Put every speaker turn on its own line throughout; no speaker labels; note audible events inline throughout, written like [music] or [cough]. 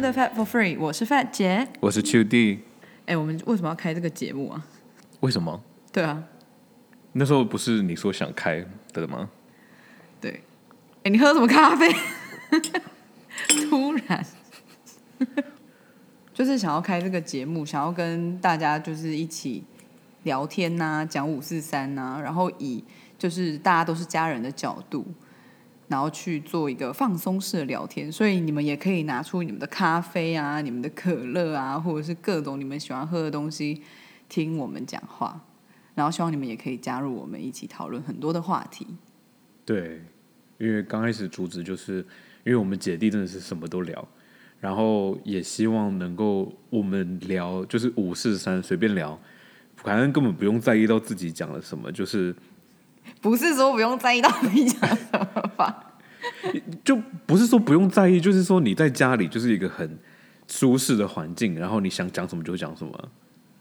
的 Fat for Free，我是 Fat 姐。
我是 Q D，
哎、我们为什么要开这个节目啊？
为什么？
对啊，
那时候不是你说想开的吗？
对。哎、你喝什么咖啡？ [laughs] 突然， [laughs] 就是想要开这个节目，想要跟大家就是一起聊天呐、讲五四三呐，然后以就是大家都是家人的角度，然后去做一个放松式的聊天。所以你们也可以拿出你们的咖啡啊、你们的可乐啊，或者是各种你们喜欢喝的东西，听我们讲话。然后希望你们也可以加入我们一起讨论很多的话题。
对，因为刚开始主旨就是，因为我们姐弟真的是什么都聊，然后也希望能够我们聊就是五四三随便聊，反正根本不用在意到自己讲了什么，就是
不是说不用在意到底讲什么
[laughs]
吧？
就不是说不用在意，就是说你在家里就是一个很舒适的环境，然后你想讲什么就讲什么，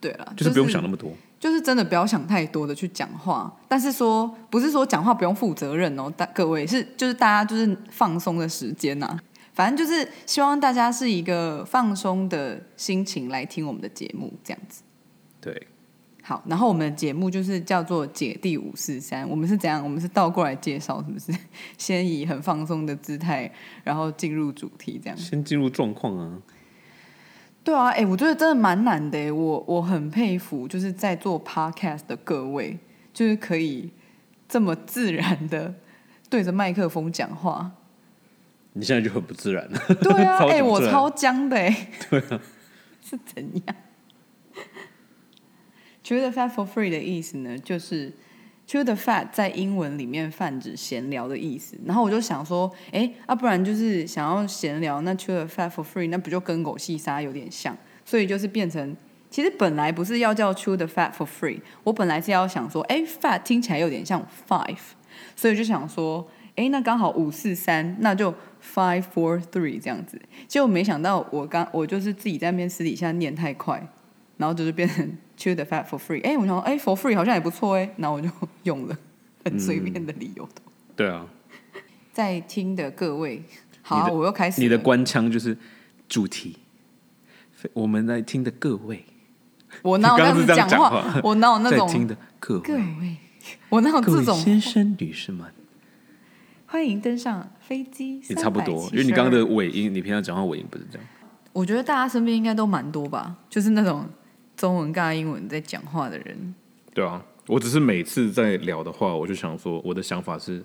对了，
就是不用想那么多。
啊就是真的不要想太多的去讲话，但是说不是说讲话不用负责任哦，大各位是就是大家就是放松的时间呐、反正就是希望大家是一个放松的心情来听我们的节目这样子。
对，
好，然后我们的节目就是叫做姐弟五四三，我们是怎样？我们是倒过来介绍，是 [laughs] 不是？先以很放松的姿态，然后进入主题这样。
先进入状况啊。
对啊，哎、我觉得真的蛮难的诶，欸我我很佩服，就是在做 podcast 的各位，就是可以这么自然的对着麦克风讲话。
你现在就很不自然了。
对啊，
[laughs] 超级
哎、
不
我
自然
超僵的哎、 [laughs] 是怎样？觉得 fat for free 的意思呢，就是 chew the fat 在英文里面泛指闲聊的意思。然后我就想说，哎、啊，不然就是想要闲聊，那 chew the fat for free，那不就跟狗戏沙有点像？所以就是变成，其实本来不是要叫 chew the fat for free，我本来是要想说，哎、f a t 听起来有点像 five，所以就想说，哎、那刚好五四三，那就 five four three 这样子。结果没想到我刚我就是自己在那边私底下念太快，然后就是变成 chew the fat for free。哎，我想说，哎，for free 好像也不错哎，然后我就用了
嗯
很随便的理由。
对啊，
在听的各位，好啊、
你的
我又开始
你的
了
官腔就是主题，非我们在听的各位，
我哪有那
你刚刚是这样
讲
讲话
我哪有那
在
种
听的各
各
位，
位，我哪有
各
这
位
种
先生女士们，
欢迎登上飞机？
也差不多，因为你刚刚的尾音，你平常讲话尾音不是这样。
我觉得大家身边应该都蛮多吧，就是那种中文尬英文在讲话的人。
对啊，我只是每次在聊的话，我就想说，我的想法是，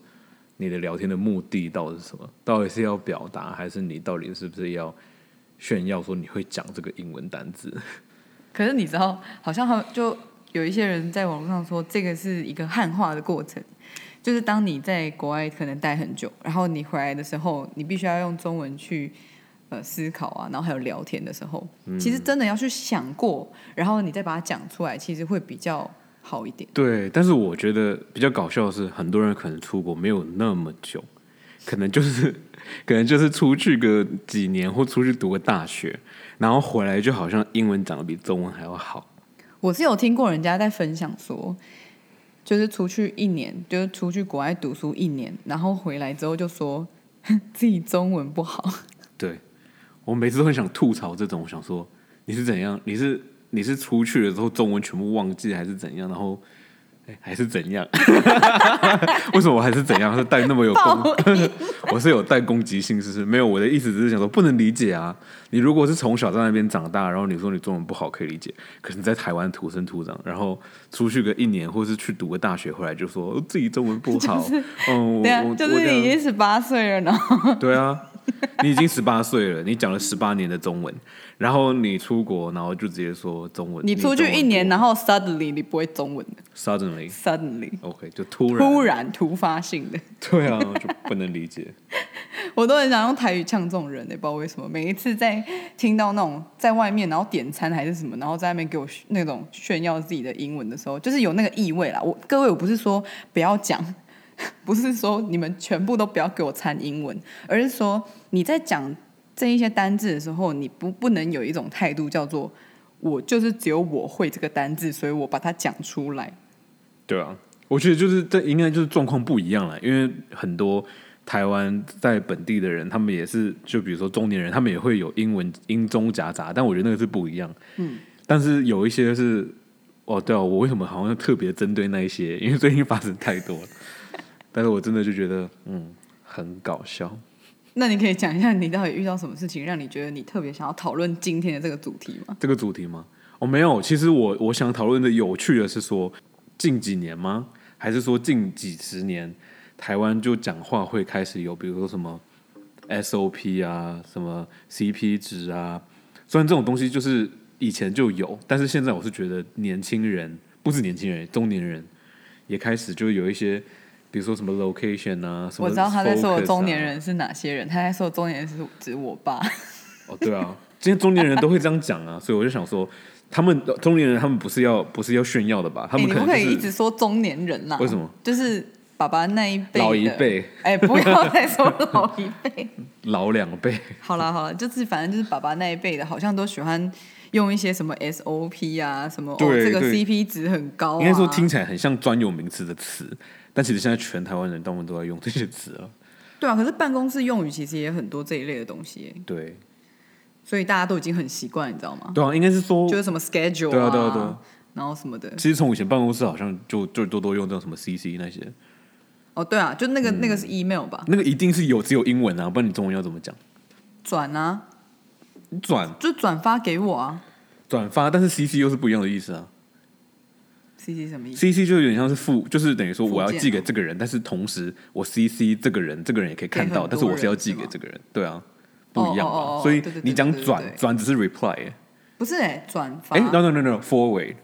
你的聊天的目的到底是什么？到底是要表达，还是你到底是不是要炫耀说你会讲这个英文单字？
可是你知道，好像他们就有一些人在网络上说，这个是一个汉化的过程，就是当你在国外可能待很久，然后你回来的时候，你必须要用中文去呃思考啊，然后还有聊天的时候，其实真的要去想过，然后你再把它讲出来，其实会比较好一点。
对，但是我觉得比较搞笑的是，很多人可能出国没有那么久，可能就是可能就是出去个几年或出去读个大学，然后回来就好像英文讲的比中文还要好。
我是有听过人家在分享说，就是出去一年，就是出去国外读书一年，然后回来之后就说 [laughs] 自己中文不好。
对我每次都很想吐槽这种，我想说你是怎样？你是你是出去了之后中文全部忘记还是怎样？然后哎还是怎样？ [laughs] 为什么我还是怎样？是带那么有攻
爆，
[laughs] 我是有带攻击性，是不是？没有，我的意思只是想说不能理解啊。你如果是从小在那边长大，然后你说你中文不好可以理解，可是你在台湾土生土长，然后出去个一年，或是去读个大学回来，就说、哦自己中文不好，
[laughs]
嗯，
[laughs]
我
对啊
我，
就
我
是
这样
你已经 [laughs] 十八岁了，然后
对啊，你已经十八岁了，你讲了十八年的中文，然后你出国，然后就直接说中文。
你出去一年，然后 suddenly 你不会中文的
，suddenly
，suddenly
OK，就突然，
突然突发性的，
对啊，就不能理解。
我都很想用台语呛这种人呢、不知道为什么。每一次在听到那种在外面然后点餐还是什么，然后在那边给我炫那种炫耀自己的英文的时候，就是有那个意味啦。我各位，我不是说不要讲， [laughs] 不是说你们全部都不要给我掺英文，而是说你在讲这一些单字的时候，你不不能有一种态度叫做我就是只有我会这个单字，所以我把它讲出来。
对啊，我觉得就是这应该就是状况不一样了，因为很多台湾在本地的人，他们也是，就比如说中年人，他们也会有英文英中夹杂，但我觉得那个是不一样。嗯，但是有一些是，哦，对哦，我为什么好像特别针对那一些？因为最近发生太多了。但是我真的就觉得，嗯，很搞笑。
那你可以讲一下你到底遇到什么事情，让你觉得你特别想要讨论今天的这个主题吗？
这个主题吗？哦，没有。其实我我想讨论的有趣的是说，近几年吗？还是说近几十年，台湾就讲话会开始有，比如说什么 SOP 啊，什么 CP 值啊。虽然这种东西就是以前就有，但是现在我是觉得年轻人，不止年轻人，中年人也开始就有一些，比如说什么 location 啊，什么、
我知道他在说的中年
人。
人是哪些人，他在说的中年人是指我爸。
哦，对啊，这些中年人都会这样讲啊，所以我就想说，他们中年人他们不是要不是要炫耀的吧？他们
欸
可
你
能
不可以一
就是
直说中年人啦？
为什么？
就是爸爸那一辈的
老一辈。
哎、不要再说老一辈。 [laughs]
老两辈，
好啦好啦，就是反正就是爸爸那一辈的，好像都喜欢用一些什么 SOP 啊，什么哦
对
这个
对
CP 值很高、啊。
应该说听起来很像专有名词的词，但其实现在全台湾人大部分都在用这些词了。
对啊，可是办公室用语其实也很多这一类的东西耶，
对，
所以大家都已经很习惯，你知道吗？
对啊，应该是说
哦就，是什么 schedule
对啊对啊对啊
然后什么的。
其实从以前办公室好像就就多多用这种什么 CC 那些，
哦，对啊，就那
嗯
个、那个是 email 吧，
那个一定是有只有英文啊，不然你中文要怎么讲？
转啊，
转
就转发给我啊。
转发，但是 CC 又是不一样的意思啊。
CC 什么意思？
C C 就有点像是附，就是等于说我要
附件啊
寄给这个人，但是同时我 C C 这个人，这个人也可以看
给
到，
很多
但是我是要
人
寄给
是吗
这个人，对啊，不一样吧？
哦哦哦哦
所以
对对对
你讲
对对
转
对
转只是 reply，哎、
不是哎、转发。
诶 no no no no forward，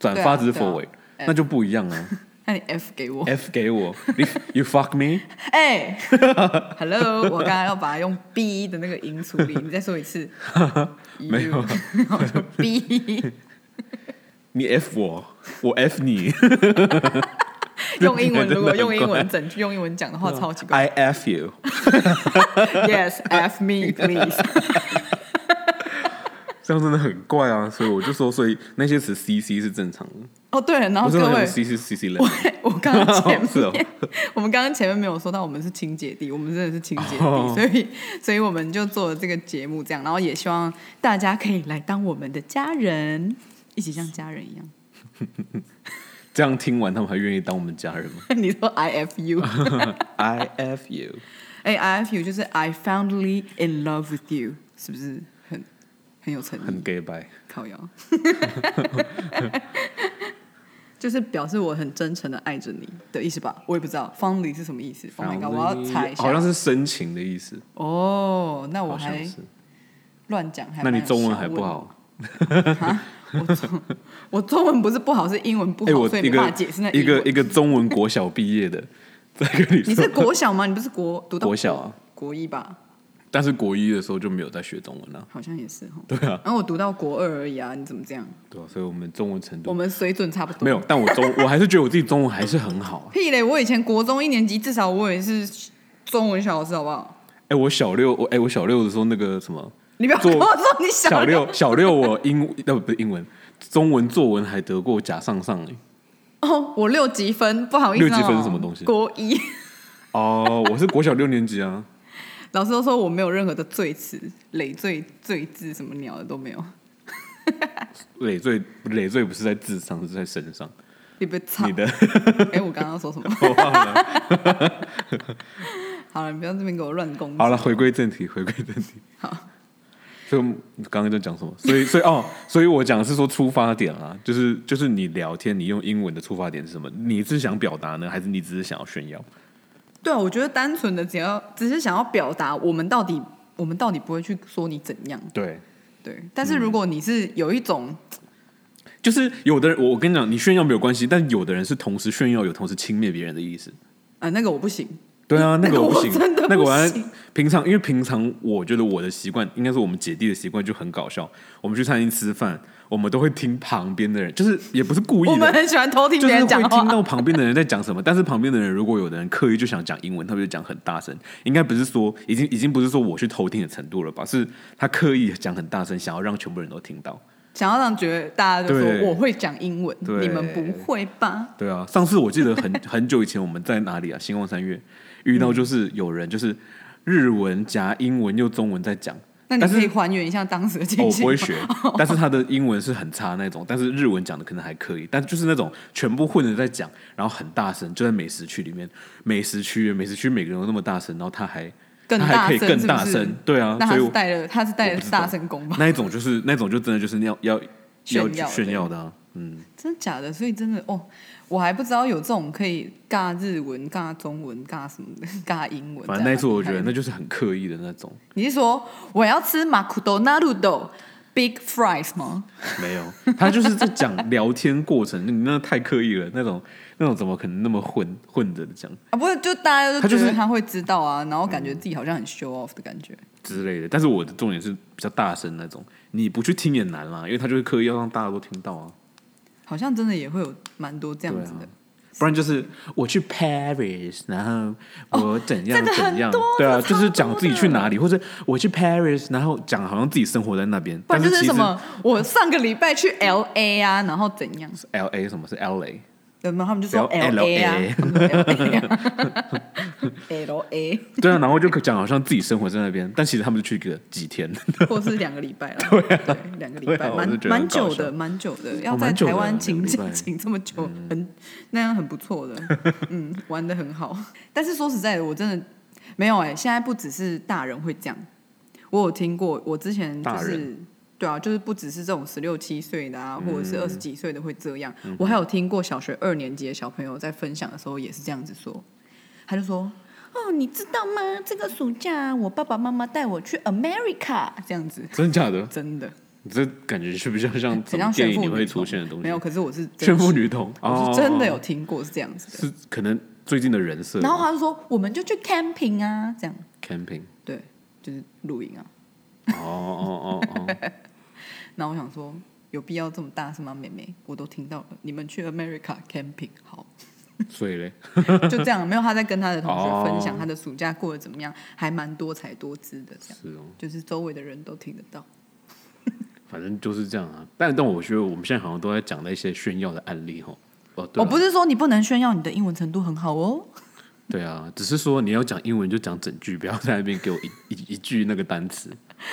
转发只是
对啊
forward，、那就不一样
[laughs]
啊。
那你 F 给我。
F 给我，你 you fuck me，
[laughs] 哎、h e l l o 我刚刚要把它用 B 的那个音处理，你再说一次。
[laughs] 没有啊
You，然 [laughs] 后就
[laughs]
B，
你 F 我，我 F 你
用英文
真的
如果
很
用英文整句用英文讲的话，超级怪。
，I F you，
Yes，F me
[laughs]
please。
这样真的很怪啊。所以我就说，所以那些词 C C 是正常的，
哦，对了，然后
我真
各
的很
位，
C C C C
我我刚刚前面，
[laughs] 是哦
[laughs] 我们刚刚前面没有说到，我们是亲姐弟，我们真的是亲姐弟，
哦
所以所以我们就做了这个节目，这样，然后也希望大家可以来当我们的家人，一起像家人一样。 [laughs]
这样听完他们还愿意当我们家人吗
你说 I F U， [laughs]
[laughs] ？I F you。
哎，I F U 就是 I foundly in love with you，是不是很很有诚意？
很 gay 白，
靠腰， [laughs] 就是表示我很真诚的爱着你的意思吧？我也不知道 foundly 是什么意思。Oh my god，我要查一下。
好像是深情的意思，
哦那我
好像
还
是。
乱讲，还
那你
蛮有
中文
学
还不
问？
好？
我中文不是不好，是英文不好，
哎我
所以
一
没办
个
法解释那
一
英
个
文
一个中文国小毕业的， [laughs] 在跟你
你
说，
是国小吗？你不是国读到
国小啊？
国一吧？
但是国一的时候就没有在学中文了、啊
好像也是哈。
对啊，
然后我读到国二而已啊，你怎么这样？
对啊，所以我们中文程
我
度
们水准差不多。
没有，但我中 [laughs] 我还是觉得我自己中文还是很好、啊。
屁嘞！我以前国中一年级至少我也是中文小老师，好不好？
哎、我小六，我哎、我小六的时候那个什么
你不要
做
跟我说你
小
小六，
六小六我英 [laughs] 呃不是英文中文作文还得过甲上上哎、
哦，我六级分，不好意思、哦。
六级分是什么东西
国一， [laughs]
哦，我是国小六年级啊，
老师都说我没有任何的罪词、累赘、罪字什么鸟的都没有。
累赘累赘不是在智商，是在身上。
你别吵
你！的
[laughs] 哎、我刚刚说什么？
[laughs] 我忘了。
[laughs] 好了，你不要这边给我乱攻击。
好了，回归正题，回归正题。
好，
所以我们刚刚在讲什么？所以，所以哦，所以我讲的是说出发点啊，就是就是你聊天，你用英文的出发点是什么？你是想表达呢，还是你只是想要炫耀？
对啊，我觉得单纯的只要只是想要表达我们到底我们到底不会去说你怎样，
对，
对。但
嗯
是如果你是有一种，
就是有的人，我我跟你讲，你炫耀没有关系，但有的人是同时炫耀，有同时轻蔑别人的意思。
呃，那个我不行，
对啊，
那
那
个
个我不
我
行，
真的
那个我
不
还
行
平常，因为平常我觉得我的习惯，应该是我们姐弟的习惯就很搞笑。我们去餐厅吃饭，我们都会听旁边的人，就是也不是故意
我
的
们，很喜欢偷听
就
别
是
人
会
讲话。
听到旁边的人在讲什么，但是旁边的人如果有的人刻意就想讲英文，他们就讲很大声，应该不是说已经已经不是说我去偷听的程度了吧，是他刻意讲很大声，想要让全部人都听到。
想要让觉得大家就说
对
我会讲英文，
对
你们不会吧？
对啊，上次我记得很很久以前我们在哪里啊？星光三月遇到就是有人就是日文夹英文又中文在讲，
那你
但是
可以还原一下当时的
哦
情
我
形
不
吗？
会学，但是他的英文是很差那种，但是日文讲的可能还可以，但就是那种全部混着在讲，然后很大声，就在美食区里面，美食区美食区每个人都那么大声，然后他还
更
他
大
还可以
声
更大
是不是
声，对啊，
那他
所以
是
我
带了他是带
我
了
不知道
大声公吧？
那一种就是那一种就真的就是要要要
炫耀的
炫耀的啊，嗯，
真的假的？所以真的哦，我还不知道有这种可以尬日文、尬中文、尬什么的、 [laughs] 尬英文这样。
反正那一次我觉得
还
那就是很刻意的那种，
你是说我要吃马库多纳鲁豆 big fries 吗？
没有，他就是在讲聊天过程，你那太刻意了，那种那种怎么可能那么混混着讲？
啊，不是，就大家
他
就
就
觉
是
得他会知道啊，然后感觉自己好像很 show off 的感觉。
之类的。但是我的重点是比较大声那种，你不去听也难啦，因为他就是刻意要让大家都听到啊，
好像真的也会有蛮多这样
对
子
啊
的，。
不然就是我去 Paris，然后我怎样
哦这个很
怎样，
多
对啊，
这个超
就是讲自己去哪里，或者我去 Paris，然后讲好像自己生活在那边，
不然
但
就是是
其实
什么，我上个礼拜去 L A 啊，然后怎样？
L A 什么是 L A，
然后他们就说 L
L
A 啊
LA
他们说，LA 啊，L A，
对啊，然后就讲好像自己生活在那边，但其实他们就去个几天， [laughs]
或是两个礼拜了，对，两个礼
对
拜，
啊
蛮
我是觉得很
蛮久
搞笑
的，蛮久的，要
哦
在
蛮久
台
的
湾
两
请
个礼
假
拜嗯
请这么久，很那样很不错的，嗯，玩的很好。但是说实在的，我真的没有哎，现在不只是大人会这样，我有听过，我之前就
大
是
人。
对啊，就是不只是这种十六七岁的啊，或者是
嗯
二十几岁的会这样。我还有听过小学二年级的小朋友在分享的时候也是这样子说，他就说：“哦，你知道吗？这个暑假我爸爸妈妈带我去 America 这样子。”
真的假的？
真的，
你这感觉是不是像像什
很
么
像炫
电影
富
里
女
会出
童
现的东西？
没有，可是我是真
炫
的
富女童，
我
哦，
是真的有听过是这样子的。
是可能最近的人设
然后他就说，我们就去 camping 啊，这样
camping，
对，就是露营啊。
哦哦哦哦，
然后我想说，有必要这么大声吗？妹妹，我都听到了，你们去 America camping 好，
所以嘞，
就这样。没有他在跟他的同学分享
哦
他的暑假过得怎么样，还蛮多才多姿的，这样
是哦，
就是周围的人都听得到。
反正就是这样啊。但但我觉得我们现在好像都在讲那些炫耀的案例哈。哦，对
我
啊、
不是说你不能炫耀你的英文程度很好哦， [laughs]
对啊，只是说你要讲英文就讲整句，不要在那边给我一 [laughs] 一一句那个单词。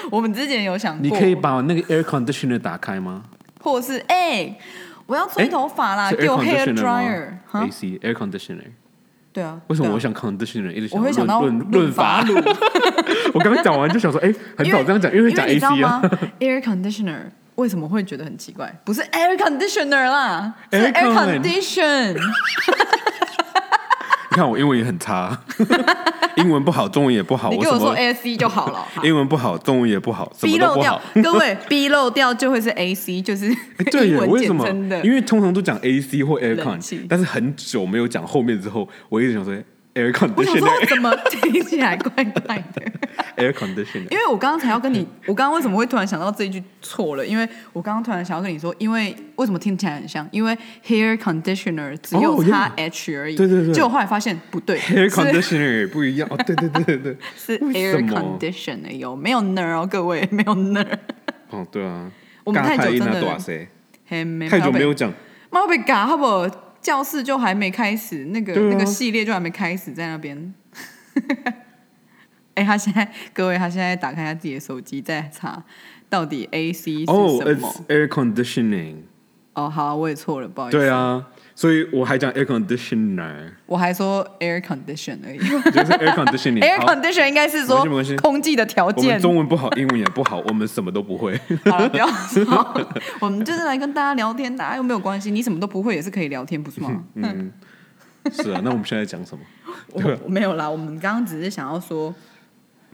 我们之前有想过，
你可以把那个 air conditioner 打开吗？
或者是哎、我要吹
哎
头发啦，
是
啊给
air
我 hair
conditioner
dryer
吗
哈。
？AC air conditioner。
对啊，
为什么
对啊
我想 conditioner 一直
我会想
想
到
论论论
法
法？
乳？
[laughs] 我刚刚讲完就想说，哎、很早这样讲，因为讲
你知
AC
道
啊
吗。？Air conditioner 为什么会觉得很奇怪？不是 air conditioner 啦，是
Air
air
con
condition。
你看我英文也很差， [laughs] 英文不好，中文也不好，
你
我
跟
什
我说
么
AC 就
[laughs]
好了。哈
英文不好，中文也不好，什
B
么都
漏
不
掉
好。，
各位 [laughs] B 漏掉就会是 AC，就是
哎对
英
耶，
文
为什
简
么
称的？。
因为通常都讲 AC 或
冷气
aircon，但是很久没有讲后面之后，我一直想说 air
我想
[laughs]
说
conditioner，air
怎么听起来怪怪的？因
conditioner。
为我刚刚才要跟
[laughs]
你，我刚刚为什么会突然想到这一句错了？因为我刚刚突然想要跟你说，因为为什么听起来很像？因为 hair conditioner 只有
哦
擦
呀
h 而已，
对对对
结果后来发现不对
Hair
是
conditioner 不一样哦，对对对对
[laughs]
对，
是
为
air
什么
conditioner 有没有 ner 哦？各位 [laughs] 没有 ner，
哦对啊，
我们太久
尬派一
真的
拿多少谁
嘿没
太久没有，讲，
妈要被嘎好不好？教室就还没开始，那个、
对啊
那个系列就还没开始，在那边。 [laughs] 哎、他现在各位，他现在打开他自己的手机，在查到底 AC 是
哦
什么。
，it's air conditioning，
哦，好、我也错了，不好意思。
对啊，所以我还讲 air conditioner，
我还说 air condition 而已。
就是 air conditioning，
[laughs] air
好，
condition 应该是说
没关系没关系
空气的条
我
件
们。中文不好，英文也不好，我们什么都不会。
[laughs] 好了，不要吵。我们就是来跟大家聊天，大家又没有关系，你什么都不会也是可以聊天，不是
[laughs]
吗？
嗯，是啊，那我们现在讲什么？
我我没有啦，我们刚刚只是想要说，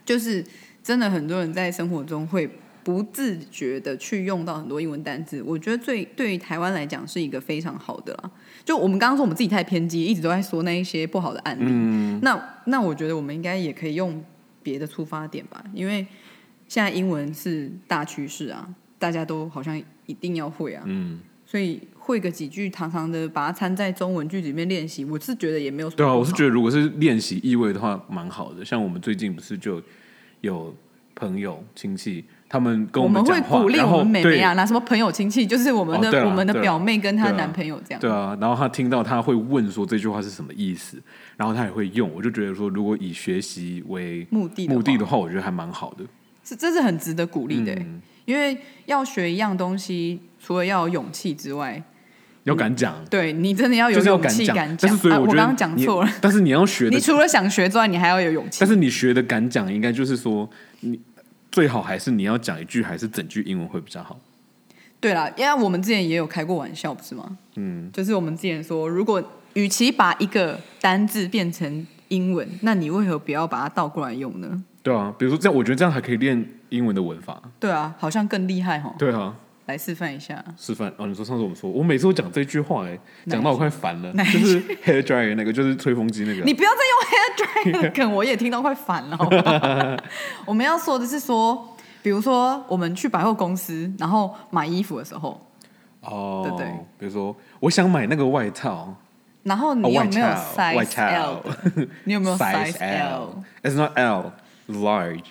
就是真的很多人在生活中会不自觉的去用到很多英文单字，我觉得最对于台湾来讲是一个非常好的啦。就我们刚刚说我们自己太偏激，一直都在说那一些不好的案例。
嗯
那那我觉得我们应该也可以用别的出发点吧，因为现在英文是大趋势啊，大家都好像一定要会啊，
嗯，
所以会个几句，堂堂的把它掺在中文句子里面练习，我是觉得也没有什么
对啊，
不
我是
好
觉得如果是练习意味的话，蛮好的。像我们最近不是就有朋友亲戚，他们跟
我
们
会
讲话，
鼓励
然
我
后
们妹妹啊，
对
拿什么朋友亲戚，就是我们
哦
的、
对啦
我们的
对啦
表妹跟她
对啦
男朋友这样。
对啊，然后他听到他会问说这句话是什么意思，然后他也会用。我就觉得说，如果以学习为
目的的
目的
话
的话，我觉得还蛮好的。
是这是很值得鼓励的欸、
嗯，
因为要学一样东西，除了要有勇气之外，
要敢讲，
对你真的要有
就是要
勇
敢
气敢
但
讲。
是所以
啊，
觉
我
得
刚
你、
刚讲错了，
但是你要学的
你除了想学之外，你还要有勇气
但。是你学的敢讲，应该就是说你最好还是你要讲一句，还是整句英文会比较好。
对啦，因为我们之前也有开过玩笑，不是吗？
嗯，
就是我们之前说，如果与其把一个单字变成英文，那你为何不要把它倒过来用呢？
对啊，比如说这样，我觉得这样还可以练英文的文法。
对啊，好像更厉害哦。
对啊，
来示范一下，
示范哦，你说上次我们说，我每次都讲这句话、哎，
哪一
讲到我快烦了，
哪一句
就是 hair dryer 那个，就是吹风机那个。
你不要再
[laughs]
用 hair dryer 的梗，我也听到快烦了好不好。 [laughs] 我们要说的是说，比如说我们去百货公司，然后买衣服的时候，
哦，
对对
比如说我想买那个外套，
然后
哦
嗯你有
外
没有
套，外
size
套
L？的你有没有
[laughs] size
size L？
L，it's not L，large。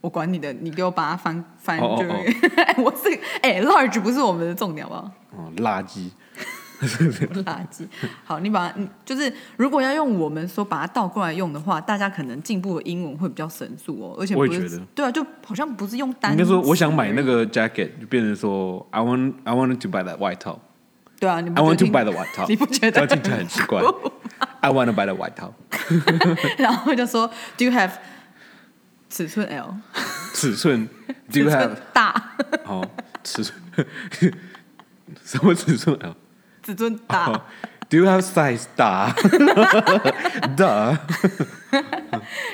我管你的，你给我把它翻翻
哦哦
就。 [laughs] 我是哎、large 不是我们的重点好不好？
哦，垃圾，
垃圾。
[laughs]
好，你把它嗯就是如果要用我们说把它倒过来用的话，大家可能进步的英文会比较神速哦，而且
我也
不是
觉得
对啊，就好像不是用单
应该说我想
词
买那
而已
个 jacket，就变成说 I want I wanted to buy that 外套
对啊，你不
，I want
觉
to
得
buy the 外套，
你不觉得
这样听起来很奇怪？I want to buy the 外套，
[laughs] 然后就说 Do you have 尺寸 L？
尺寸 Do
尺
you
寸
have
大， [laughs]
哦，尺寸 [laughs] 什么尺寸啊？
尺寸大。
哦 Do you have size 大？ [laughs] 大，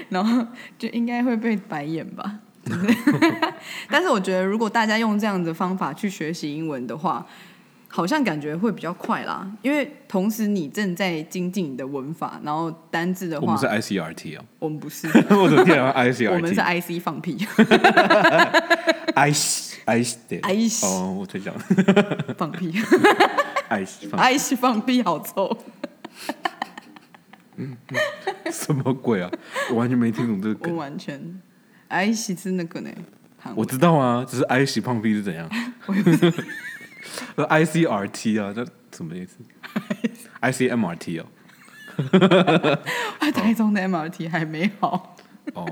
然后就应该会被白眼吧。 [laughs] 但是我觉得，如果大家用这样的方法去学习英文的话，好像感觉会比较快啦。因为同时你正在精进你的文法，然后单字的
我们
话
是，ICRT 哦， [laughs]
我们不是，
我的天啊
我们是
，ICRT，I
IC 放屁 [laughs]
I I
哎西
哦，我在讲
放屁
[laughs] I 放
，IC 放屁好臭。
什么鬼啊？我完全没听懂这个
我
梗。
完全 IC 是那个呢，韩
我
文
知道啊，只是 I 喜胖逼是怎样？I C R T 啊，那什么意思？I C M R T 哦，
啊台中的 MRT 还没好。
哦，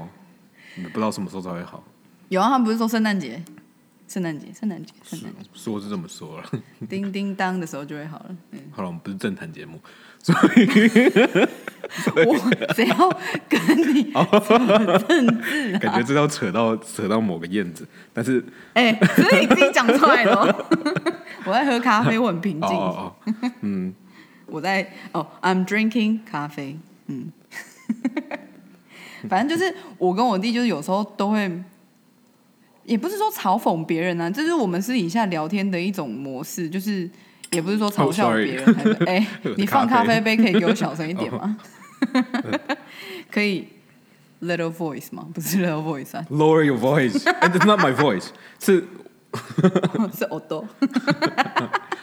不知道什么时候才会好，
有啊，他们不是说圣诞节，圣诞节，圣诞节，圣
是
诞
说是这么说了。
节，叮叮当的时候就会好了。
好了，我们不是政坛节目，
我只要跟你
哦感觉这要扯到扯到某个燕子，但是
哎，这是你自己讲出来的哦。我在喝咖啡，我很平
哦
静。
哦哦，
我在哦，I'm drinking 咖啡。嗯， [laughs] 反正就是我跟我弟，就是有时候都会，也不是说嘲讽别人啊，这就是我们私底下聊天的一种模式，就是也不是说嘲
Oh,
笑
sorry.
别人还是。哎、
[laughs] 我的
你放
咖
咖
啡哦
啡杯可以给我小声一点吗？ [laughs] 可以 little voice 吗？不是 little voice 啊， [laughs]
Lower your voice. [laughs] And it's not my voice. 是
是 o d o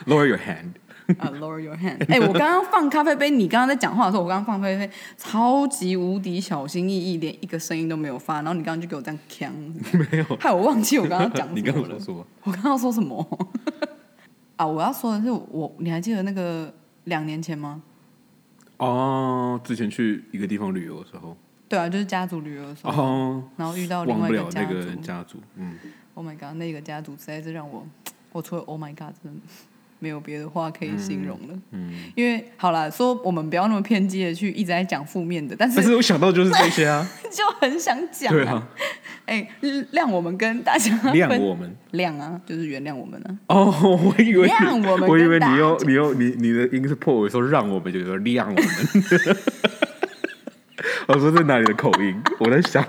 lower your hand. [laughs]
啊、l o w e r your hand。哎、我刚刚放咖啡杯，你刚刚在讲话的时候，我刚刚放咖啡杯，超级无敌小心翼翼，连一个声音都没有发。然后你刚刚就给我这样
[laughs]
呛，
没有，
害我忘记我刚刚讲
[laughs] 你
什
刚
么
刚
了
说。什么？
我刚刚说什么？啊，我要说的是我，你还记得那个两年前吗？
哦，之前去一个地方旅游的时候，
对啊，就是家族旅游的时候，
哦，
然后遇到另
忘
外
不
一个
了
家
那
族。
个家族，嗯。
Oh my god，那个家族实在是让我，我除了 Oh my god，真的没有别的话可以形容了。嗯，因为好啦，说我们不要那么偏激的去一直在讲负面的，但是
但是我想到就是这些
[laughs]
啊，
就很想讲、
对啊，
[laughs] 哎、谅我们跟大家分
[laughs] 亮我们
谅啊，就是原谅我们啊。
哦，我以为
亮我们
我以为
跟大
你
家
又你又你你的音是破尾说让我们，
[laughs]
就说亮我们。我说这哪里的口音？我在想，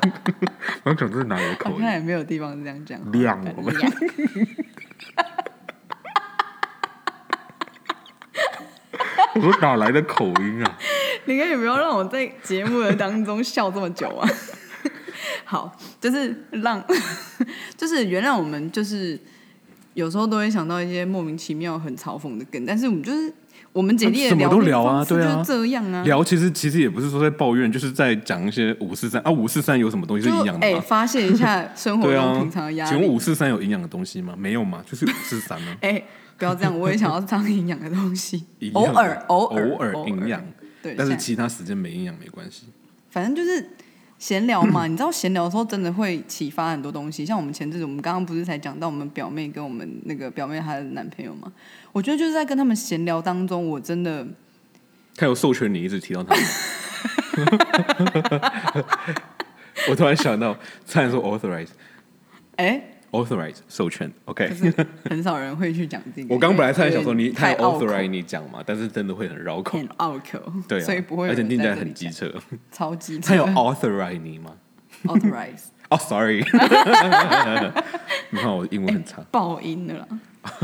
我在想这是哪里的
好
口
像
音？
也没有地方是这样讲。哎
谅我们
谅
我说哪来的口音啊？
[laughs] 你可以不要让我在节目的当中笑这么久啊。 [laughs] 好，就是让，就是原谅我们，就是有时候都会想到一些莫名其妙、很嘲讽的梗，但是我们就是我们姐弟
什么都聊啊
啊，
对啊
就是这样啊，
聊其实其实也不是说在抱怨，就是在讲一些五四三啊，五四三有什么东西是
就
营养的
哎、
吗？
发泄一下哎生活
啊对
中
啊，
平常的压
请问
力。，
五四三有营养的东西吗？没有嘛，就是五四三啊
哎、不要这样，我也想要当营养的东西
[laughs] 营，养
偶尔偶尔
偶尔营养，，
[laughs] 对，
但是
像
其他时间没营养没关系。
反正就是闲聊嘛，你知道闲聊的时候真的会启发很多东西。像我们前阵子，我们刚刚不是才讲到我们表妹跟我们那个表妹她的男朋友嘛？我觉得就是在跟他们闲聊当中，我真的
他有授权你一直提到他吗？
[laughs]
我突然想到，差点说 authorize，authorize
哎、
授权，OK
可。是很少人会去讲这个。
我刚本来差点想说你，
因为
他
太
有
拗口
authorize 你讲嘛，但是真的会很绕口
很，拗口，
对啊，
所以不会有
而且
人
听起
在
来
这里
很机
讲
车。
超级
他有 authorize 你吗？
authorize
哦、s o r r
[laughs]
y 你看我英文很差。
爆音的啦。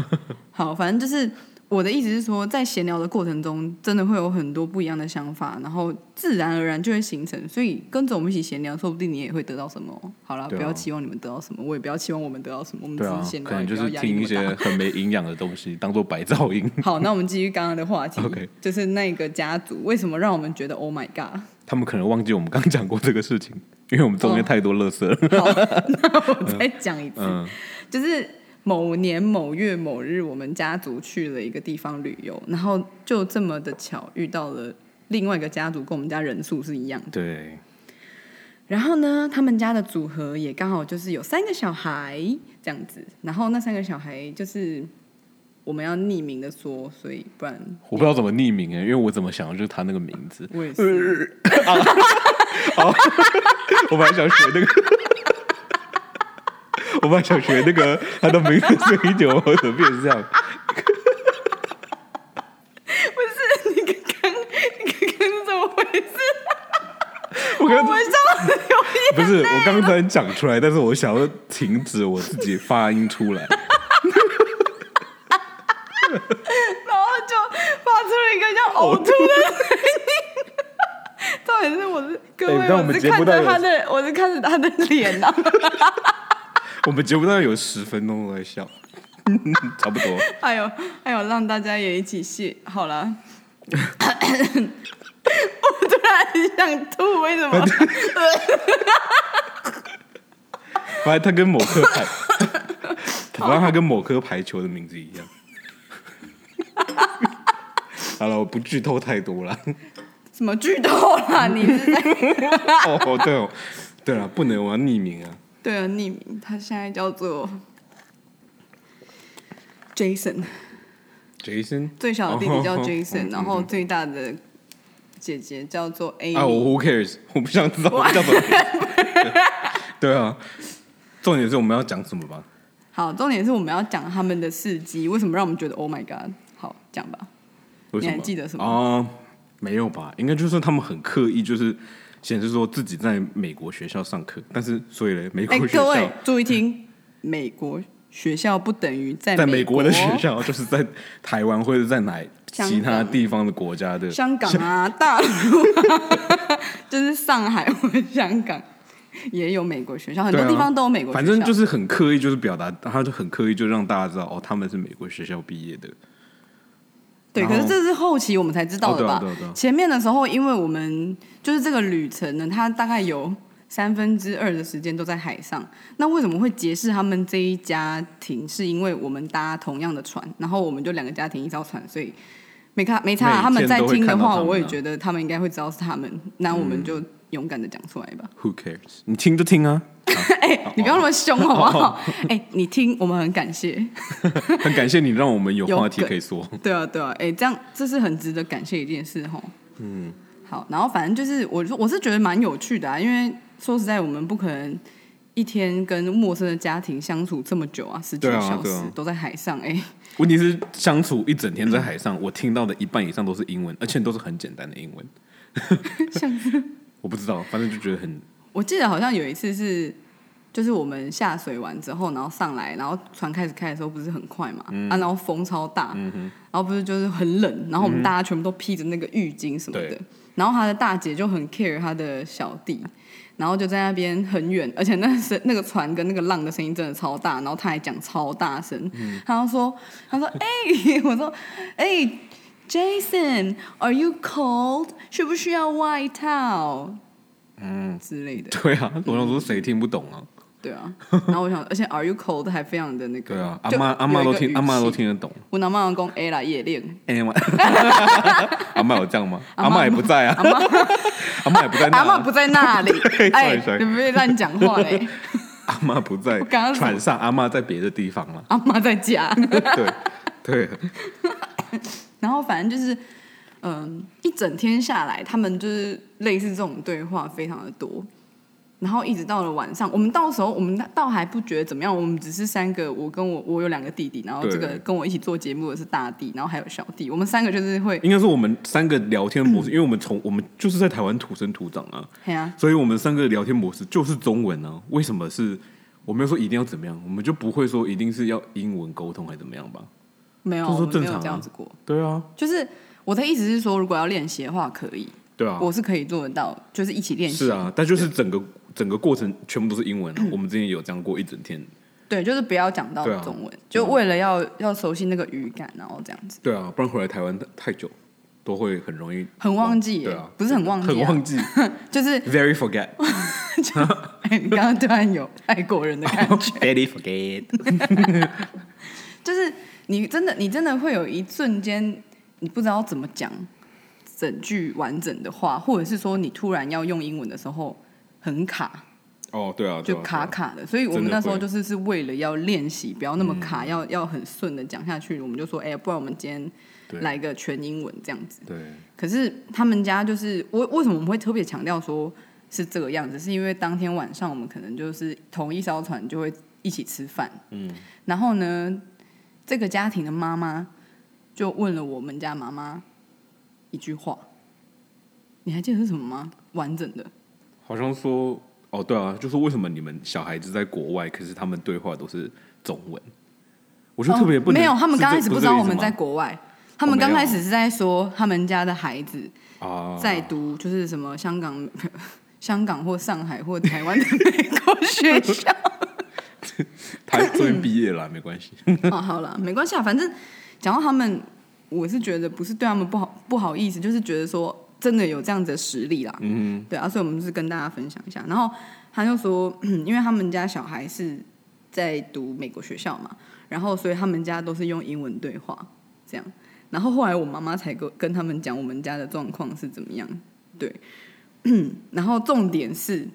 [laughs] 好，反正就是我的意思是说，在闲聊的过程中，真的会有很多不一样的想法，然后自然而然就会形成。所以跟着我们一起闲聊，说不定你也会得到什么哦。好了，
对啊
不要期望你们得到什么，我也不要期望我们得到什么，我们只
对啊
是，闲
可
聊，也
能
不
就
要
是
压力
听一
那么
些
大。
很没营养的东西，当做白噪音。
[laughs] 好，那我们继续刚刚的话题
[laughs] OK
就是那个家族为什么让我们觉得 Oh my God？
他们可能忘记我们刚讲过这个事情，因为我们中间
哦
太多乐色了。
[laughs] 我再讲一次，
嗯
就是某年某月某日，我们家族去了一个地方旅游，然后就这么的巧遇到了另外一个家族，跟我们家人数是一样的。
对，
然后呢，他们家的组合也刚好就是有三个小孩这样子，然后那三个小孩就是我们要匿名的说，所以不然
我不知道怎么匿名哎、因为我怎么想的就是他那个名字。
我也是。
我本来想学那个，我本来想学那个他的名字是一点，我怎么变成这样？
不是你刚刚，你刚刚是怎么回事？
我刚
我们上次有一
不是我刚才讲出来，但是我想要停止我自己发音出来。
然后就发出了一个像呕吐的声音。到底是我是各位，
哎但我们
是
节
看
目到
着
底
他的，我是看着他的脸啊， [laughs]
我们节目大概有十分钟都在笑，差不多。
还有还有哎让大家也一起谢。好了，
[laughs]
我突然很想吐，为
[laughs]
什么？
反正他跟某颗排，反正他跟某颗排球的名字一样。 [laughs] 好了，我不剧透太多了。
什么剧透
[laughs]
啦？你是在 [laughs]
哦，对哦，对了，不能我要匿名啊。
对啊，匿名，他现在叫做 Jason，
Jason
最小的弟弟叫
哦
Jason，、然后最大的姐姐叫做 Amy。
啊，我 Who cares？我不想知道我叫什么名字。
[laughs]
对啊，重点是我们要讲什么吧？
好，重点是我们要讲他们的事迹，为什么让我们觉得 Oh my God？好，讲吧。
为什么
你还记得什么
啊、没有吧？应该就是他们很刻意，就是显示说自己在美国学校上课，但是所以呢，美
哎、
国学
各
校、
位注意听， [laughs] 美国学校不等于在
在美
国
国的学、校，就是在台湾或者在哪其他地方的国家的，
香港啊、大陆、啊， [laughs] 就是上海或香港也有美国学校，很
对
多
啊
地方都有美国学
反
校。
正就是很刻意，就是表达，他就很刻意，就让大家知道哦，他们是美国学校毕业的。
对，
然后
可是这是后期我们才知道的吧？
哦对啊对啊对啊
前面的时候，因为我们就是这个旅程呢，它大概有三分之二的时间都在海上。那为什么会结识他们这一家庭？是因为我们搭同样的船，然后我们就两个家庭一艘船，所以没看没差啊、
[laughs] 每天
他们在听的
都会看到
话，
他们啊嗯
我也觉得他们应该会知道是他们。那我们就勇敢的讲出来
[laughs]
吧。
Who cares？你听就听啊，
哎、你不要那么凶好不
哦
好？哎、你听，我们很感谢。
[laughs] 很感谢你让我们有
有
话题
梗
可以说。
对啊，对啊，哎、这样这是很值得感谢一件事吼。嗯，好，然后反正就是我我是觉得蛮有趣的啊，因为说实在，我们不可能一天跟陌生的家庭相处这么久啊，十几
对
个
啊
小时、
对啊
都在海上，哎、
问题是相处一整天在海上，我听到的一半以上都是英文，而且都是很简单的英文。
[laughs] 像是
我不知道，反正就觉得很
我记得好像有一次是。就是我们下水完之后，然后上来，然后船开始开的时候不是很快嘛，啊，然后风超大，然后不是就是很冷，然后我们大家全部都披着那个浴巾什么的
对，
然后他的大姐就很 care 他的小弟，然后就在那边很远，而且那是那个船跟那个浪的声音真的超大，然后他还讲超大声，他就说他
[laughs]
说哎、 [laughs] 我说哎、Jason，are you cold？需不需要外套？嗯之类的，
对啊，我想说谁听不懂啊？
对啊。然后我想，而且 Are you cold 还非常的那个，
对啊，阿
就
妈阿妈
有
都
一个
听，
语
阿妈都
气。
听得懂。
我拿妈妈公 A 啦夜练，
[laughs] 哎妈，阿妈有这样吗？阿
嬷
妈也不在啊，
[laughs]
阿妈也不在那
阿
啊，
妈不在那里
[laughs] 对，
哎，
sorry，sorry
你不会乱讲话哎嘞，
阿妈不在
我刚刚。
船上，阿妈在别的地方了
阿妈在家。
[laughs] 对对，
然后反正就是，嗯，一整天下来，他们就是类似这种对话非常的多。然后一直到了晚上，我们到时候我们倒还不觉得怎么样，我们只是三个，我跟我我有两个弟弟，然后这个
对
跟我一起做节目的是大弟，然后还有小弟，我们三个就是会，
应该说我们三个聊天
嗯
模式，因为我们从我们就是在台湾土生土长啊，
嘿啊，
所以我们三个聊天模式就是中文啊。为什么是？我没有说一定要怎么样，我们就不会说一定是要英文沟通还是怎么样吧？
没有，
这是
我们
正
没有
常啊
这样子过。
对啊，
就是我的意思是说，如果要练习的话，可以，
对啊，
我是可以做得到，就是一起练习。
是啊，但就是整个整个过程全部都是英文啊、
嗯
我们之前有这样过一整天，
对，就是不要讲到
对啊
中文，就为了要要熟悉那个语感，然后这样子
对啊，不然回来台湾太久都会很容易
很忘记耶
对啊，
不是很忘记啊
很忘记
就是 [laughs]
，very forget，
哎，你刚刚突然有泰国人的感觉， [laughs]
[laughs] very forget，
就是你真的，你真的会有一瞬间，你不知道怎么讲整句完整的话，或者是说你突然要用英文的时候很卡，
哦，对啊，对啊
就卡，卡的。所以我
真
们
的
那时候
会嗯
就是是为了要练习，不要那么卡，要要很顺的讲下去，我们就说，哎、不然我们今
对
天来个全英文这样子。
对啊
可是他们家就是我为什么我们会特别强调说是这个样子，是因为当天晚上我们可能就是同一艘船就会一起吃饭，嗯，然后呢，这个家庭的妈妈就问了我们家妈妈一句话，你还记得是什么吗？完整的，
对，好像说，哦，对啊，就说为什么你们小孩子在国外，可是他们对话都是中文，我就特别不
哦
能、
没有，他们
是这
刚开始
不
不
是
知
这
道
个
我
意思
们在
吗
国外，他们
哦没有
刚开始是在说他们家的孩子
啊，
在读就是什么香港、 [laughs] 香港或上海或台湾的美国学校。
他终于毕业了啊、没关系，
哦，好了，没关系啊，反正讲到他们，我是觉得不是对他们不好不好意思，就是觉得说真的有这样子的实力啦，
嗯，
对啊，所以我们是跟大家分享一下。然后他就说，嗯因为他们家小孩是在读美国学校嘛，然后所以他们家都是用英文对话这样。然后后来我妈妈才跟跟他们讲我们家的状况是怎么样，对。 [clears throat] 然后重点是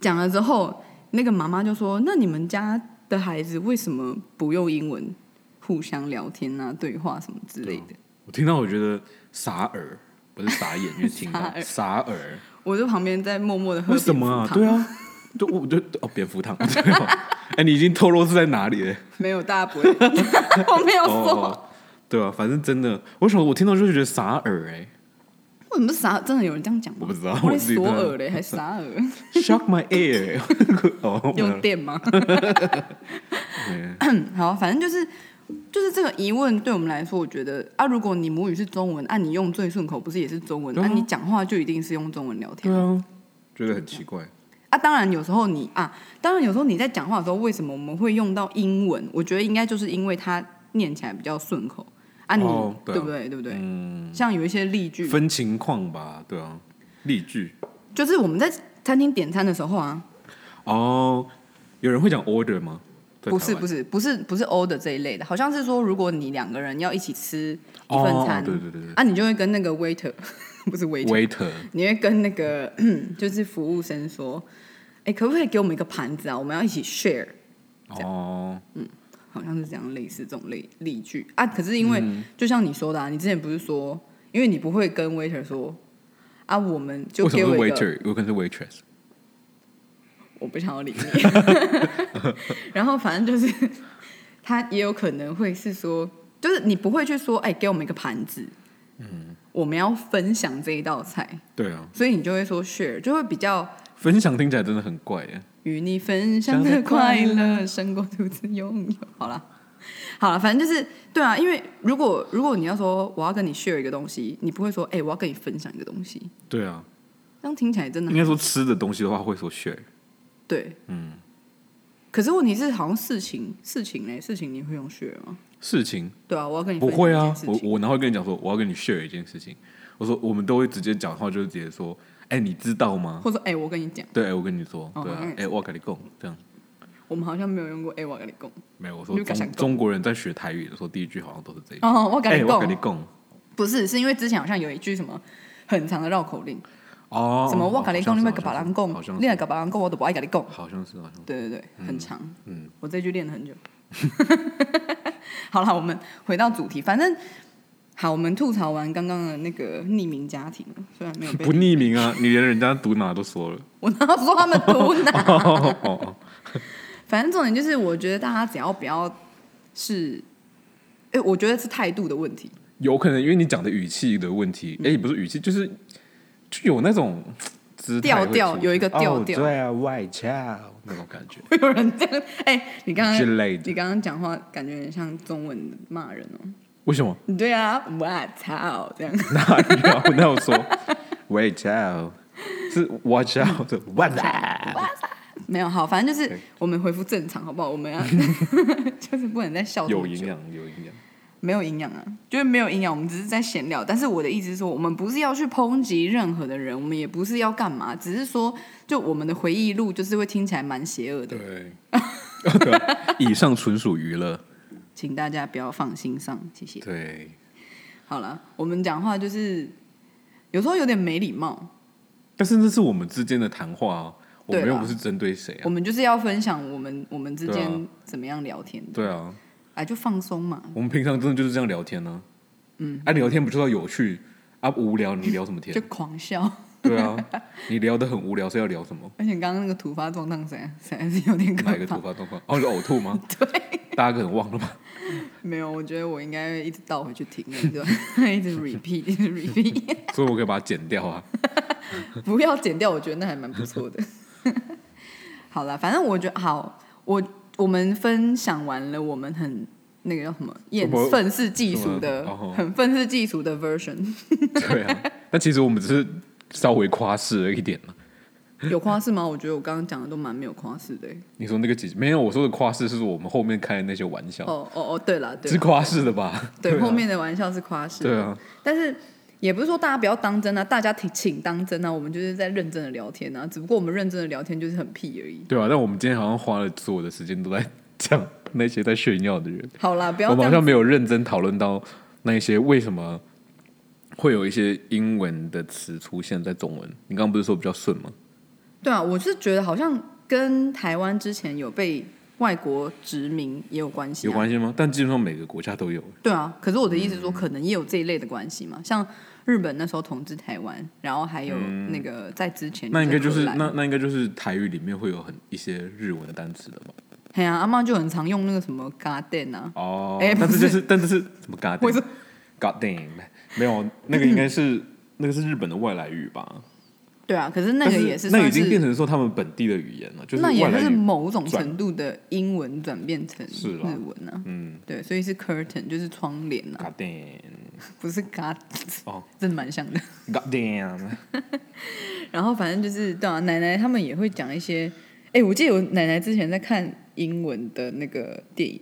讲了之后，那个妈妈就说：“那你们家的孩子为什么不用英文互相聊天啊、对话什么之类的？”
我听到我觉得傻耳，不是傻眼，就是
[laughs]
听
傻
到
耳
傻耳。
我就旁边在默默的喝
为什么
蝙
啊？
蝠汤
对啊，对，我 [laughs] 就哦，蝙蝠汤。对哦哎、你已经透露是在哪里了？
没有，大家不会， [laughs] 我没有说。
哦，对啊，反正真的，我想我听到就是觉得傻耳哎、
为什么傻？真的有人这样讲吗？
我不知道
我
我自己
索
真的
耳欸嘞，还傻
[laughs]
耳？
s h o c k
[laughs]
my ear 哦。
用电
[laughs]
吗？
对
[clears throat] 好，反正就是就是这个疑问，对我们来说，我觉得啊，如果你母语是中文，按、啊你用最顺口不是也是中文？那、
对啊
你讲话就一定是用中文聊天
对啊，觉得很奇怪。
啊？当然，有时候你啊，当然有时候你在讲话的时候，为什么我们会用到英文？我觉得应该就是因为它念起来比较顺口啊你，
哦对啊
不对？对不对？
嗯，
像有一些例句，
分情况吧，对啊，例句
就是我们在餐厅点餐的时候啊，
哦，有人会讲 order 吗？在
不是
台湾
不是不是不是 order 这一类的，好像是说如果你两个人要一起吃一份
哦
餐，
对对对对
啊，你就会跟那个 waiter [laughs] 不是 waiter，
，waiter
你会跟那个嗯就是服务生说，哎、可不可以给我们一个盘子啊？我们要一起 share，
哦，
好像是这样类似这种类例句啊。可是因为、
嗯
就像你说的、啊，你之前不是说，因为你不会跟 waiter 说啊，我们就
为什
给
么
我
是
一个，
waiter？有可能是 waitress。
我不想要理你。 [laughs] 然后反正就是他也有可能会是说，就是你不会去说，哎、给我们一个盘子，嗯，我们要分享这一道菜，
对啊，
所以你就会说 share，就会比较。
分享听起来真的很怪耶。
与你分享的快乐胜过独自拥有。好啦，好了，反正就是对啊，因为如果如果你要说我要跟你 share 一个东西，你不会说哎、我要跟你分享一个东西，
对啊，
这样听起来真的
应该说吃的东西的话会说 share，
对，嗯。可是问题是，好像事情事情嘞，事情你会用 share 吗？
事情
对啊，我要跟你
不
分享
会
一
啊
件，事
我
情
我哪会跟你讲说我要跟你 share 一件事情？我说我们都会直接讲话，就是直接说，哎、你知道吗？
或者说哎、我跟你讲，
对，哎我跟你说，
哦
对啊，
好
哎、我跟你讲，这样
我们好像没有用过哎、我跟你讲，
没有。我说
你有跟
中
想讲
中国人在学台语的时候，第一句好像都是这一句，
哦，我跟
哎、
你
我
讲，
跟你讲，
不是，是因为之前好像有一句什么很长的绕口令，
哦，
什么我跟
跟
你
讲，
讲，你
好
别
像
跟别人
是好像
讲，你来
是
跟别人讲，我都不爱跟你讲。
好像是好像是，
对对对，很长。
嗯，
我这句练了很久。 [laughs] 好了，我们回到主题，反正好，我们吐槽完刚刚的那个匿名家庭，虽然没
[laughs]
有被
不，匿名啊，你连人家读哪都说了，
[laughs] 我哪有说他们毒
哦
奶？
哦哦，
[laughs] 反正重点就是，我觉得大家只要不要是，哎、我觉得是态度的问题。
有可能因为你讲的语气的问题，
嗯
哎、不是语气，就是就有那种姿
调
态会
调
出
有一个
现
调
哦
调
对啊，外翘那
[laughs]
种感觉
会有人这样？哎、你刚
之
刚
类的
你。刚刚讲话感觉很像中文骂人哦、
为什么？
对啊，我操，这样。 [laughs]
哪有？那我说 wait out 是
[laughs]
watch out 的 watch out
没有好，反正就是
OK
我们恢复正常，好不好？我们要 [laughs] 就是不能再笑这么
有
久
营养，有营养。
没有营养啊，就是没有营养。我们只是在闲聊，但是我的意思是说，我们不是要去抨击任何的人，我们也不是要干嘛，只是说，就我们的回忆录就是会听起来蛮邪恶的，
对， [laughs] 对啊以上纯属娱乐。
请大家不要放心上，谢谢。
对，
好了，我们讲话就是有时候有点没礼貌，
但是那是我们之间的谈话啊，我们
对
又
啦
不是针对谁
我
啊。
们就是要分享我们我们之
对啊
间怎么样聊天的，
对啊，
哎、就放松嘛，
我们平常真的就是这样聊天呢。嗯，啊，聊天不就是要有趣啊？无聊你聊什么
就
天？
狂笑。
对啊，你聊得很无聊，是要聊什么？
而且刚刚那个突发状况，实在实在是有点可
哪一个
怕
突。发状况？
[laughs]
哦，是呕吐吗？对，大家可能忘了吧。
没有，我觉得我应该一直倒回去听， [laughs] 对，一直 repeat，一直 repeat，
所以我可以把它剪掉啊。
不要剪掉，我觉得那还蛮不错的。 [laughs] 好了，反正我觉得好，我我们分享完了，我们很那个叫什么厌
什么
愤世嫉俗的
什么哦，
很愤世嫉俗的 version，
对啊，但其实我们只是稍微夸饰了一点嘛。
有夸饰吗？我觉得我刚刚讲的都蛮没有夸饰的欸。
你说那个姐姐没有，我说的夸饰是我们后面开的那些玩笑，
哦哦哦，对了，对
是
啦
夸饰的吧？
对，
啊
后面的玩笑是夸饰，
对啊，
但是也不是说大家不要当真啊，大家请请当真啊，我们就是在认真的聊天啊，只不过我们认真的聊天就是很屁而已。
对啊，但我们今天好像花了所有的时间都在讲那些在炫耀的人，
好啦，不
我
要这
们好
样
像
子，
没有认真讨论到那一些为什么会有一些英文的词出现在中文。你刚刚不是说比较顺吗？
对啊，我是觉得好像跟台湾之前有被外国殖民也有关系、啊，
有关系吗？但基本上每个国家都有。
对啊，可是我的意思是说，可能也有这一类的关系嘛，像日本那时候统治台湾，然后还有那个在之前
嗯那应该就是
荷兰
那那应该就是台语里面会有很一些日文的单词的吧？
哎呀、阿妈就很常用那个什么 garden 啊，[laughs]
哦，
哎
但
不
是
是
就是，但是是什么 God
我是
damn God damn 没有那个应该是 [laughs] 那个是日本的外来语吧？
对啊，可是那个
但
也是
那
算是
已经变成说他们本地的语言了，就是
那
外
也
来
是
语。
某种
转
程度的英文转变成
是
日
啦
文啊，
嗯
对，所以是 curtain 就是窗帘啊，
，God damn
不是 [laughs] god，
哦
真的蛮像的。
God damn， [laughs]
然后反正就是对啊，奶奶他们也会讲一些，哎、我记得我奶奶之前在看英文的那个电影，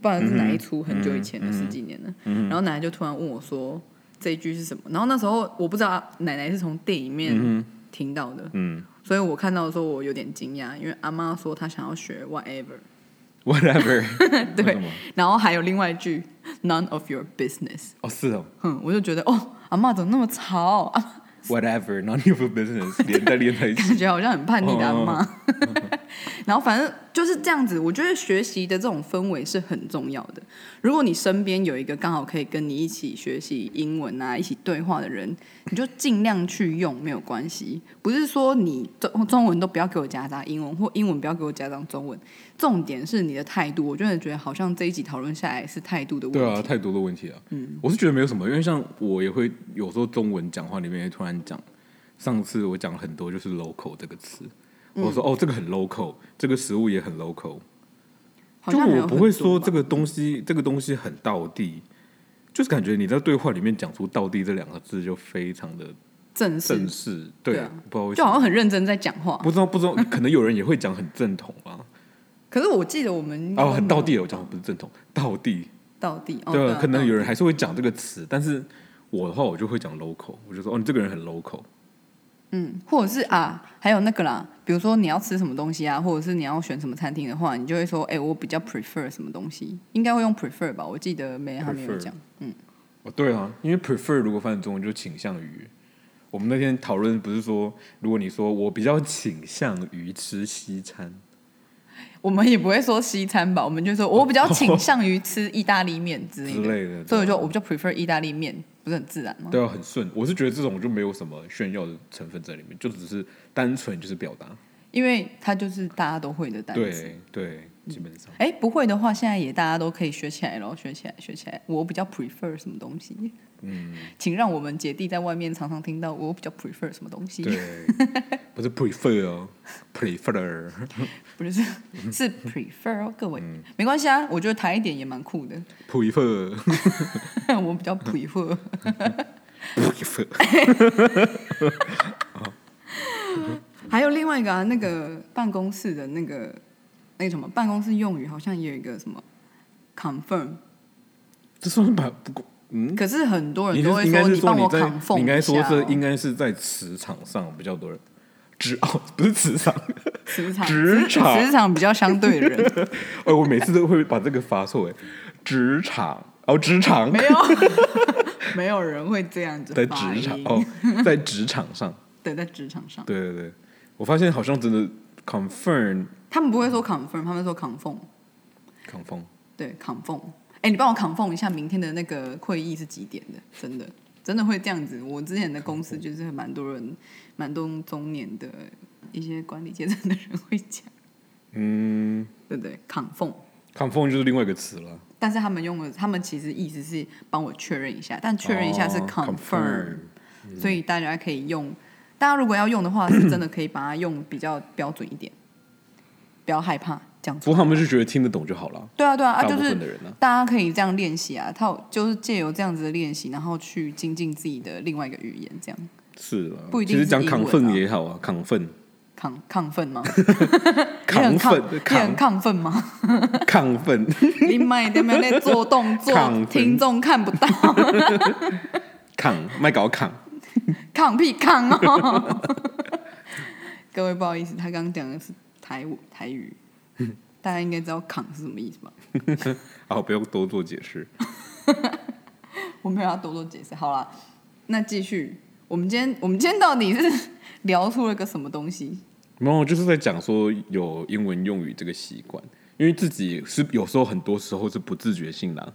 不知道是哪一出，很久以前的、十几年了，
嗯
然后奶奶就突然问我说这一句是什么，然后那时候我不知道奶奶是从电影里面听到的，
嗯
所以我看到的时候我有点惊讶，因为阿妈说她想要学
[laughs]
whatever。
，whatever，为 [laughs] 什
对
么，
然后还有另外一句 “none of your business”，
哦是哦
哼，我就觉得哦，阿嬷怎么那么吵啊？
，whatever，none of your business，连带连在一起。
感觉好像很叛逆的阿嬷。
嗯
[laughs] 然后反正就是这样子，我觉得学习的这种氛围是很重要的。如果你身边有一个刚好可以跟你一起学习英文啊、一起对话的人，你就尽量去用，没有关系。不是说你中中文都不要给我夹杂英文，或英文不要给我夹杂中文。重点是你的态度。我真的觉得好像这一集讨论下来是态度的问题。
[laughs] 对啊，太多的问题了。嗯，我是觉得没有什么，因为像我也会有时候中文讲话里面也突然讲，上次我讲了很多就是 local 这个词，我说哦这个很 local，这个食物也很 local，
好
就
像没有
我不会
很多
说
吧
这个东西这个东西很道地，就是感觉你在对话里面讲出“道地”这两个字就非常的
正式，
正式，对，
对啊
不知道为什
就
么，
好像很认真在讲话。
不知道不知道，可能有人也会讲很正统啊，
可是我记得我们应该
哦，
都
很
没有
道地，我讲不是正统，道地，
到地，嗯哦、
对
对啊，，
啊可能有
人
人还是会讲这个词，但是我的话我就会讲 local，我就说哦，你这个人很 local，
嗯，或者是啊，还有那个啦，比如说你要吃什么东西啊，或者是你要选什么餐厅的话，你就会说，哎、我比较 prefer 什么东西，应该会用 prefer 吧？我记得没他没有
Prefer
讲，嗯，
哦，对啊，因为 prefer 如果翻成中文就倾向于。我们那天讨论不是说，如果你说我比较倾向于吃西餐，
我们也不会说西餐吧，我们就说我比较倾向于吃意大利面之类的，
之类的
所以我
对啊
就我比较 prefer 意大利面，不是很自然吗？
对啊，很顺。我是觉得这种就没有什么炫耀的成分在里面，就只是单纯就是表达。
因为它就是大家都会的单词。
对对，基本上。
哎，不会的话，现在也大家都可以学起来咯，学起来，学起来。我比较 prefer 什么东西？嗯，请让我们姐弟在外面常常听到我比较 prefer 什么东西，
对， [laughs] 不是 prefer 哦，prefer。
不是 [laughs]
嗯
是 prefer 哦，各位、没关系啊，我觉得抬一点也蛮酷的， [laughs]
prefer
我比较
嗯
prefer。
prefer
还有另外一个啊，那个办公室的那个那个什么办公室用语，好像也有一个什么 confirm，
这算把不过嗯，
可是很多
你
人都会
是应该是
你帮
你
我
在
confirm，
你应该
一
说
下
这
哦
应该是在职场上比较多人，职哦不是职场，
职场
职场
职场比较相对的
[laughs]
人
哎我每次都会把这个发错哎，职场哦职场
没有 [laughs] 没有人会这样子
在
发
职
[laughs]
场
音
哦在职场上，
对，在职场上，
对对对，我发现好像真的 confirm
他们不会说 confirm，他们说 confirm，
confirm
对 confirm。哎，你帮我 confirm 一下明天的那个会议是几点的？真的，真的会这样子。我之前的公司就是蛮多人，蛮多中年的一些管理阶层的人会讲，
嗯
对不对？confirm。
confirm 就是另外一个词了。
但是他们用的，他们其实意思是帮我确认一下，但确认一下是
哦
confirm，,、
confirm
所以大家可以用，大家如果要用的话，是真的可以把它用比较标准一点，不要害怕讲
不
错。
过他们是觉得听得懂就好了，
对啊，对啊，啊
大
就
部分的
是
人呢、
大家可以这样练习啊，他就是借由这样子的练习，然后去精进自己的另外一个语言，这样
是啦，
不一定
其实
是
讲
英文
亢
啊
奋也好啊，亢奋、
亢亢奋
[laughs]
吗？你很
亢
亢，
奋、
你很
亢
亢奋
[laughs]
吗？
亢奋、
你买在那边做动作
亢，奋
听众看不到，
亢，麦搞亢，
抗屁抗哦！ [laughs] 各位不好意思，他刚刚讲的是台语台
[laughs]
语，大家应该知道“抗”是什么意思吧？
好，不用多做解释。
我没有要多做解释。好啦，那继续，我们今天我们今天到底是 [laughs] 聊出了个什么东西？
然后就是在讲说有英文用语这个习惯，因为自己是有时候很多时候是不自觉性的啊、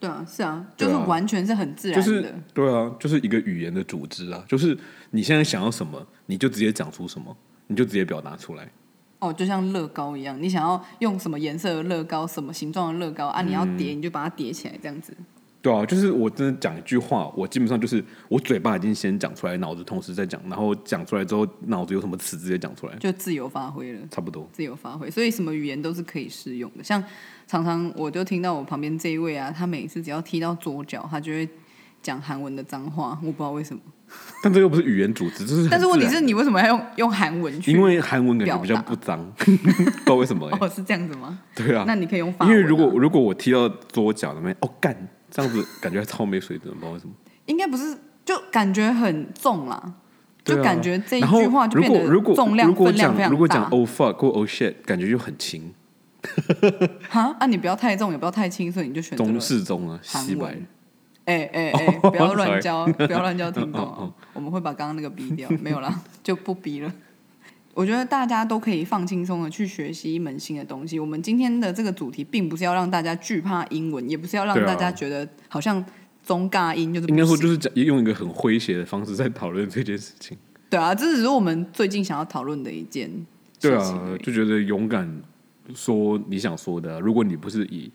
对啊，是啊，
对
就
啊
是完全是很自然
就
的，
是对啊，就是一个语言的组织啊，就是你现在想要什么，你就直接讲出什么，你就直接表达出来。
哦，就像乐高一样，你想要用什么颜色的乐高，什么形状的乐高啊，你要
嗯
叠、你就把它叠起来，这样子。
对啊，就是我真的讲一句话，我基本上就是我嘴巴已经先讲出来，脑子同时在讲，然后讲出来之后，脑子有什么词直接讲出来，
就自由发挥了。
差不多。
自由发挥，所以什么语言都是可以适用的。像常常我就听到我旁边这一位啊，他每次只要踢到左脚，他就会讲韩文的脏话，我不知道为什
[laughs]
么。
但这又不是语言组织，这是很
但是问题
自
是
然
你为什么要用用韩文去？
因为韩文感觉
表达
比较不脏， [laughs] 不知道为什么、欸。
哦是这样子吗？
[laughs] 对啊，
那你可以用法
因
文啊、
为如果如果我踢到左脚那边，哦干，这样子感觉超没水准，不知道为什么。
应该不是，就感觉很重啦，
对
就
啊
感觉 [laughs] 这一
然后
句话就
如
变
果如
得
果
重量
如果
分量非常
讲
大。
如果讲 oh fuck 或 oh shit，感觉就很轻，
哈啊，你不要太重，也不要太轻，所以你就选择
中
了。
适中啊，
韩
西白
文哎哎哎，不要
哦 Sorry
乱
[laughs]
教，不要乱教听众
嗯嗯
啊，我们会把刚刚那个逼掉，没有啦， [laughs] 就不逼了。我觉得大家都可以放轻松的去学习一门新的东西。我们今天的这个主题，并不是要让大家惧怕英文，也不是要让
对啊
大家觉得好像中尬音就是不
应该说
行
就是讲用一个很诙谐的方式在讨论这件事情。
对啊，这只是我们最近想要讨论的一件
对
事情而
啊，
已。
就觉得勇敢说你想说的啊、如果你不是以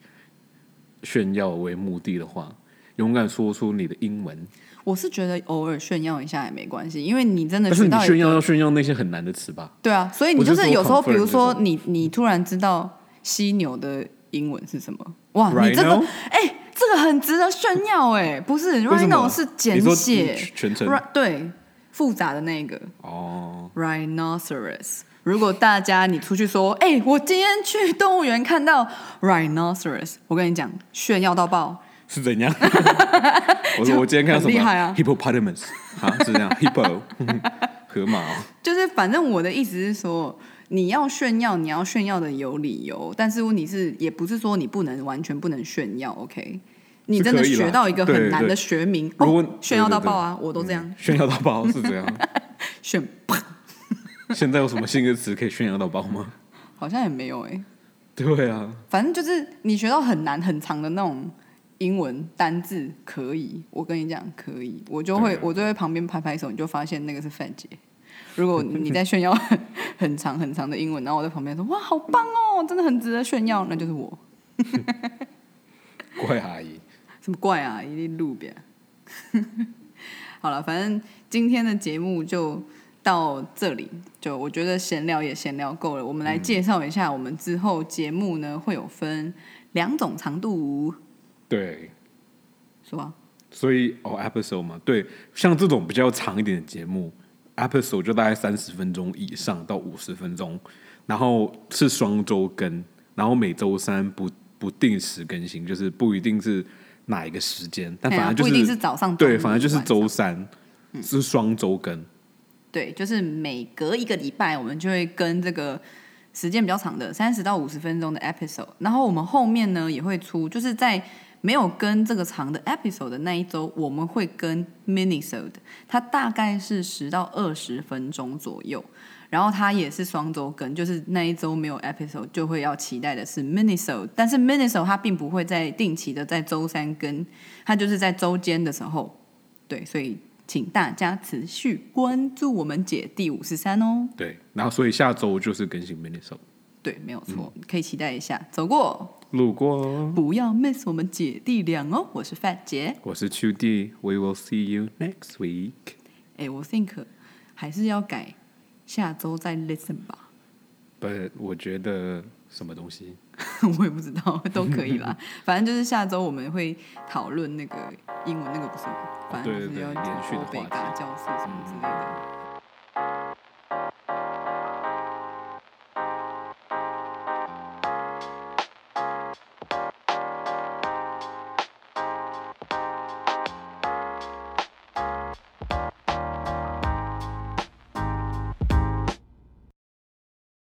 炫耀为目的的话，勇敢说出你的英文。
我是觉得偶尔炫耀一下也没关系，因为你真的
但是
学
你
到一
炫耀要炫耀那些很难的词吧？
对啊，所以你
我
就
就是说
有时候，
confirm
比如说
这种
你你突然知道犀牛的英文是什么，哇，你
Rhino？
这个哎、这个很值得炫耀哎、不是
为什么啊
rhino 是简
你说
写
全全程
，ri- 对复杂的那个
哦，
rhinoceros。如果大家你出去说，哎、我今天去动物园看到 rhinoceros，我跟你讲，炫耀到爆。
是
[laughs]
怎样？我说我今天看到什
很厉
么、
害啊
hippopotamus 啊，
[laughs]
是这样 hippo 河马、哦。
就是反正我的意思是说，你要炫耀，你要炫耀的有理由，但是问题是，也不是说你不能完全不能炫耀，OK？你真的
是可以啦
学到一个很难
对
的
对
学名，
如果
哦、炫耀到爆啊！我都这样
嗯炫耀到爆是怎样？
炫，啪
现在有什么新的词可以炫耀到爆吗？ [laughs]
好像也没有哎、
对啊，
反正就是你学到很难很长的那种英文单字，可以，我跟你讲可以，我就会
对
我就会旁边拍拍手，你就发现那个是范姐。如果你在炫耀 [laughs] 很很长很长的英文，然后我在旁边说哇好棒哦，真的很值得炫耀，那就是我。
怪阿姨。
什么怪啊，一定路边。 [laughs] 好了，反正今天的节目就到这里，就我觉得闲聊也闲聊够了。我们来介绍一下，我们之后节目呢会有分两种长度，
对，
是吧？
所以哦，episode 嘛，对，像这种比较长一点的节目，episode 就大概三十分钟以上到五十分钟，然后是双周更，然后每周三不不定时更新，就是不一定是哪一个时间，但
哎呀
反正就
不
是、
一定是早上中
对，
午
反正就是
晚嗯
周三、是双周更，
对，就是每隔一个礼拜，我们就会跟这个时间比较长的三十到五十分钟的 episode，然后我们后面呢也会出，就是在没有跟这个长的 episode 的那一周，我们会跟 minisode，它大概是十到二十分钟左右，然后它也是双周更，就是那一周没有 episode 就会要期待的是 minisode，但是 minisode 它并不会在定期的在周三更，它就是在周间的时候对，所以请大家持续关注我们姐第五十三哦。
对，然后所以下周就是更新 minisode，
对，没有错，
嗯
可以期待一下。走过，
路过，
不要 miss 我们姐弟俩哦。我是范姐，
我是秋弟，We will see you next week。
哎，我 think 还是要改下周再 listen 吧， [laughs]
不，我觉得什么东西？
我也不知道，都可以
[laughs]
啦。反正就是下周我们会讨论那个英文那个不是吗，反正
对
就是
对
要
连续的
北
话题
大教室什么之类的。